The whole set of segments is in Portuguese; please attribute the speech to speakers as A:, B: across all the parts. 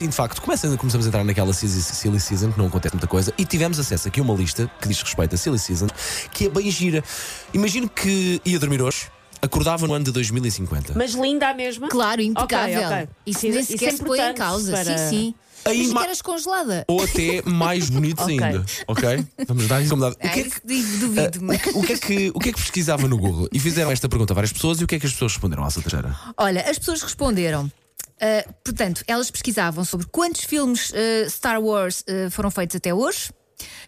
A: E de facto, começa, começamos a entrar naquela silly, silly season, que não acontece muita coisa, e tivemos acesso aqui a uma lista que diz respeito a silly season, que é bem gira. Imagino que ia dormir hoje, acordava no ano de 2050.
B: Mas linda a mesma?
C: Claro, impecável.
B: Ok, ok.
C: Isso
B: Sim,
C: nem
B: isso é
C: sequer se põe em
B: importante
C: causa.
B: para-
C: Sim, sim.
A: A
C: Mas
A: ima-
C: que eras congelada.
A: Ou até mais bonitos
B: Ok.
A: ainda, ok? Vamos dar incomodado. O
C: Ah,
A: que é
C: isso
A: que.
C: digo,
A: ah,
C: duvido.
A: o, que, o que é que, o que é que pesquisava no Google? E fizeram esta pergunta a várias pessoas e o que é que as pessoas responderam à Santajeira?
C: Olha, as pessoas responderam. ah, portanto, elas pesquisavam sobre quantos filmes ah, Star Wars ah, foram feitos até hoje,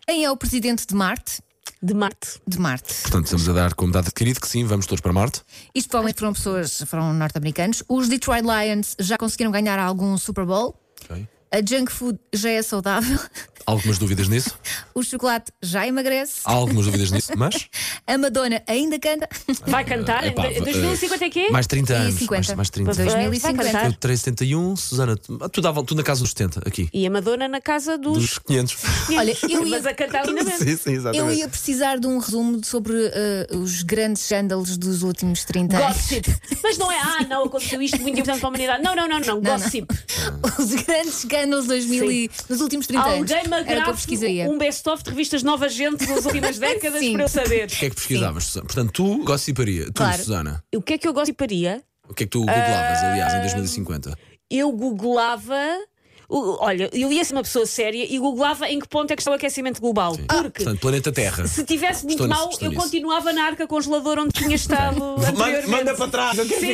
C: quem é o presidente de Marte,
B: De Marte.
C: de Marte.
A: Portanto, estamos a dar como dado adquirido que sim, vamos todos para Marte.
C: Isto provavelmente foram pessoas, foram norte-americanos. Os Detroit Lions já conseguiram ganhar algum Super Bowl.
A: Ok.
C: A junk food já é saudável.
A: Algumas dúvidas nisso?
C: O chocolate já emagrece.
A: Há algumas dúvidas nisso, mas.
C: A Madonna ainda canta.
B: Vai cantar?
A: Epá, eh,
B: em 2050 é quê?
A: Mais 30
C: E
A: anos.
C: 50.
A: Mais, mais 30
B: Vai- vai
C: 2050.
B: cantar.
A: Eu 371, Susana, tu, tu, dava, tu na casa dos 70, aqui.
B: E a Madonna na casa dos.
A: Dos 500.
C: Olha, eu ia-
B: Mas é- a cantar lindamente.
A: sim, sim, exatamente.
C: Eu ia precisar de um resumo sobre eh, os grandes escândalos dos últimos 30 anos.
B: Gossip. Mas não é, ah, não, aconteceu isto muito importante para a humanidade. Não, não, não, não. Gossip.
C: Os grandes escândalos de 2000 e, dos últimos 30 anos.
B: Alguém me
C: Era o que eu
B: agrave
C: pesquisaria.
B: um best-of de revistas Nova Gente das últimas décadas
C: Sim.
B: para eu saber.
A: O que é que pesquisavas, Susana? Portanto, tu gossiparia. Tu,
C: Claro.
A: Susana.
B: O que é que eu gossiparia?
A: O que é que tu googlavas, aliás, em 2050?
B: eu googlava. o- Olha, eu ia ser uma pessoa séria e googlava em que ponto é que está o aquecimento global. Porque
A: Ah, Portanto, planeta Terra.
B: se tivesse muito
A: Estou nisso,
B: mal,
A: estou
B: eu
A: nisso.
B: continuava na arca congeladora onde tinha estado. anteriormente.
A: trás, eu
B: Sim, sim,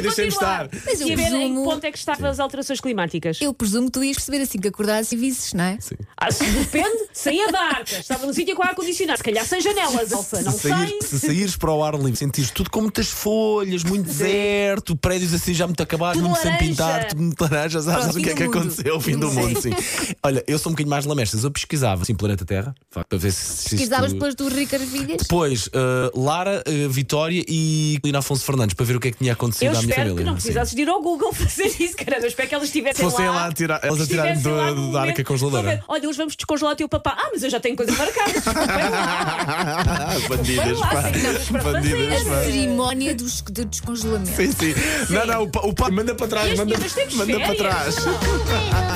B: deixa-me estar.
C: Mas eu
B: e a ver em que
C: presumo-
B: ponto é que estavam as alterações climáticas.
C: Eu presumo que tu ias perceber assim que acordares e visses, não é?
B: Ah, se- depende, saía da arca, estava num sítio com ar-condicionado, se calhar sem janelas, Elsa, não
A: Se saíres, se
B: sei.
A: saíres para o ar livre, sentires tudo com muitas folhas, muito deserto, prédios assim já muito acabados,
B: Tudo
A: muito sem
B: laranja.
A: pintar, tudo muito laranja, já sabes o
C: Pronto,
A: que
C: fim
A: é
C: do
A: que
C: mundo.
A: aconteceu, o fim do mundo, sim. Olha, eu sou um bocadinho mais lamestas, eu pesquisava, assim, planeta Terra, de facto, para ver se. se isto-
C: Pesquisavas depois do Ricardo Vilhas.
A: Depois, eh, Lara, eh, Vitória e Lina Afonso Fernandes, para ver o que é que tinha acontecido
B: Eu
A: à minha
B: espero
A: família.
B: que não
A: Sim.
B: precisasses de ir ao Google fazer isso, caramba. Eu espero que elas estivessem
A: Fossem
B: lá.
A: lá a tirar- elas a tirarem
B: estivessem
A: do-
B: lá no
A: da
B: momento.
A: arca congeladora.
B: Estão a ver, Olha, hoje vamos descongelar o teu papá. Ah, mas eu já tenho coisa marcada. Vai lá.
A: Bandidas,
B: Vai lá,
A: pá.
B: sem nada para
A: Bandidas,
B: fazer.
A: pá.
C: Cerimónia dos, de descongelamento.
A: Sim, sim. Não, não, o pa- o pai manda para trás,
B: Este
A: manda,
B: mês temos
A: manda para
B: férias.
A: trás.
D: Correio.